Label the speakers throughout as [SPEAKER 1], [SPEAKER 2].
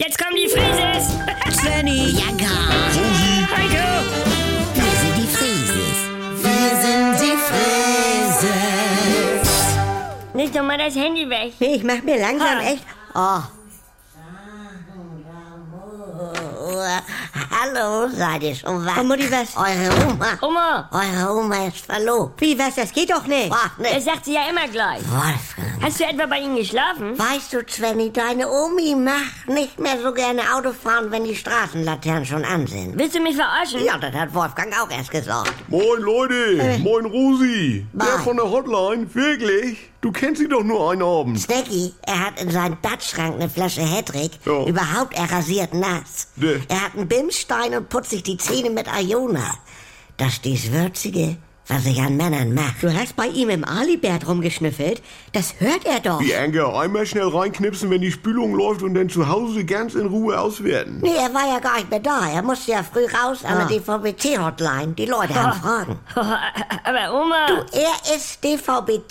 [SPEAKER 1] Jetzt kommen die Frieses!
[SPEAKER 2] Svenny,
[SPEAKER 3] Ja, gar.
[SPEAKER 1] Heiko!
[SPEAKER 3] Wir sind die Frieses. Wir sind die Frieses.
[SPEAKER 1] Nimm doch mal das Handy weg.
[SPEAKER 2] ich mach mir langsam
[SPEAKER 1] Ah.
[SPEAKER 2] echt.
[SPEAKER 3] Oh. Hallo, seid ihr schon wach?
[SPEAKER 2] Oh, Mutti, was?
[SPEAKER 3] Eure Oma.
[SPEAKER 1] Oma,
[SPEAKER 3] Eure Oma ist verlobt.
[SPEAKER 2] Wie, was, das geht doch nicht.
[SPEAKER 3] Ach,
[SPEAKER 1] das
[SPEAKER 3] ne.
[SPEAKER 1] sagt sie ja immer gleich.
[SPEAKER 3] Wolfgang.
[SPEAKER 1] Hast du etwa bei ihnen geschlafen?
[SPEAKER 3] Weißt du, Svenny, deine Omi macht nicht mehr so gerne Auto fahren, wenn die Straßenlaternen schon an sind.
[SPEAKER 1] Willst du mich verarschen?
[SPEAKER 3] Ja, das hat Wolfgang auch erst gesagt.
[SPEAKER 4] Moin Leute,
[SPEAKER 3] Äh.
[SPEAKER 4] moin Rosi. Der
[SPEAKER 3] Nein.
[SPEAKER 4] von der Hotline, wirklich? Du kennst sie doch nur einen Abend.
[SPEAKER 3] Snacky, er hat in seinem Badschrank eine Flasche Hedrick.
[SPEAKER 4] Ja.
[SPEAKER 3] Überhaupt, er rasiert nass.
[SPEAKER 4] Nee.
[SPEAKER 3] Er hat einen Bimsstein und putzt sich die Zähne mit Iona. Das ist dies Würzige, was ich an Männern macht.
[SPEAKER 2] Du hast bei ihm im Alibert rumgeschnüffelt. Das hört er doch.
[SPEAKER 4] Die Anker, einmal schnell reinknipsen, wenn die Spülung läuft und dann zu Hause ganz in Ruhe auswerten.
[SPEAKER 3] Nee, er war ja gar nicht mehr da. Er musste ja früh raus
[SPEAKER 2] Ah.
[SPEAKER 3] an der DVB-T-Hotline. Die Leute haben Fragen.
[SPEAKER 1] Aber Oma,
[SPEAKER 3] Er ist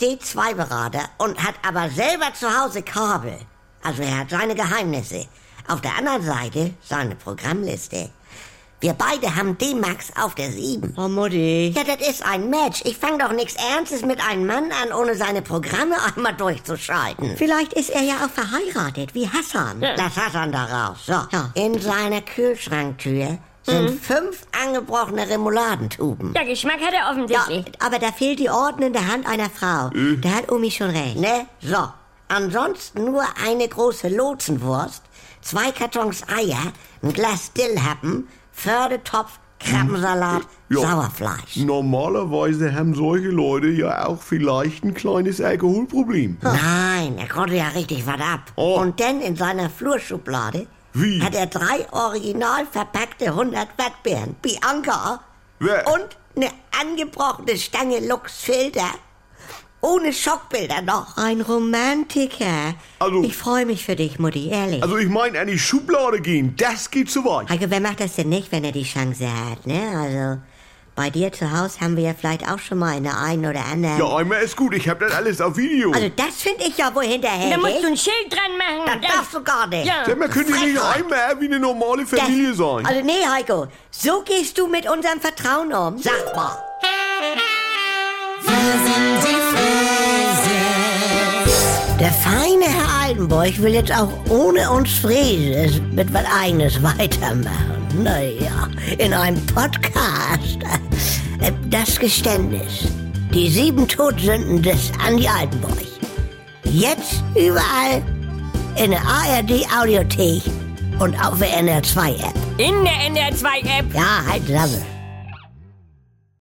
[SPEAKER 3] DVB-T-2-Berater und hat aber selber zu Hause Kabel. Also er hat seine Geheimnisse. Auf der anderen Seite seine Programmliste. Wir beide haben D-Max auf der 7.
[SPEAKER 2] Oh, Mutti.
[SPEAKER 3] Ja, das ist ein Match. Ich fange doch nichts Ernstes mit einem Mann an, ohne seine Programme einmal durchzuschalten.
[SPEAKER 2] Vielleicht ist er ja auch verheiratet, wie Hassan.
[SPEAKER 3] Lass Hassan da raus. So.
[SPEAKER 2] Ja. Mhm.
[SPEAKER 3] In seiner Kühlschranktür sind fünf angebrochene Remouladentuben.
[SPEAKER 1] ja, Geschmack hat er offensichtlich.
[SPEAKER 2] Aber da fehlt die ordnende Hand einer Frau.
[SPEAKER 4] Hm.
[SPEAKER 2] Da hat Omi schon recht.
[SPEAKER 3] Ne? So. Ansonsten nur eine große Lotsenwurst, zwei Kartons Eier, ein Glas Dillhappen, Fördetopf, Krabbensalat,
[SPEAKER 4] Hm. Ja.
[SPEAKER 3] Sauerfleisch.
[SPEAKER 4] Normalerweise haben solche Leute ja auch vielleicht ein kleines Alkoholproblem.
[SPEAKER 3] Nein, er konnte ja richtig was ab.
[SPEAKER 4] Oh.
[SPEAKER 3] Und dann in seiner Flurschublade
[SPEAKER 4] Wie?
[SPEAKER 3] hat er drei original verpackte 100 Wattbeeren, Bianca
[SPEAKER 4] Wer-
[SPEAKER 3] und eine angebrochene Stange Luxfilter. Ohne Schockbilder noch.
[SPEAKER 2] Ein Romantiker.
[SPEAKER 4] Also-
[SPEAKER 2] ich freue mich für dich, Mutti, ehrlich.
[SPEAKER 4] Also ich meine, an die Schublade gehen, das geht zu weit.
[SPEAKER 2] Heiko, wer macht das denn nicht, wenn er die Chance hat, ne? Also, bei dir zu Hause haben wir ja vielleicht auch schon mal eine einen oder andere.
[SPEAKER 4] Ja, einmal ist gut, ich hab das alles auf Video.
[SPEAKER 2] Also, das finde ich ja wohl hinterher.
[SPEAKER 1] Da musst du ein Schild dran machen.
[SPEAKER 3] Äh, Das darfst du gar nicht.
[SPEAKER 1] Ja.
[SPEAKER 4] Sag mal, könnt ihr nicht
[SPEAKER 3] Frechheit.
[SPEAKER 4] einmal wie eine normale Familie sein?
[SPEAKER 2] Also, nee, Heiko, so gehst du mit unserem Vertrauen um.
[SPEAKER 3] Sag mal. Der feine Herr Altenburg will jetzt auch ohne uns Frieses mit was Eigenes weitermachen. Naja, in einem Podcast. Äh, Das Geständnis. Die sieben Todsünden des Andi Altenburg. Jetzt überall in der ARD-Audiothek und auf der NR2-App.
[SPEAKER 1] In der NDR 2 App.
[SPEAKER 3] Ja, halt Sammel.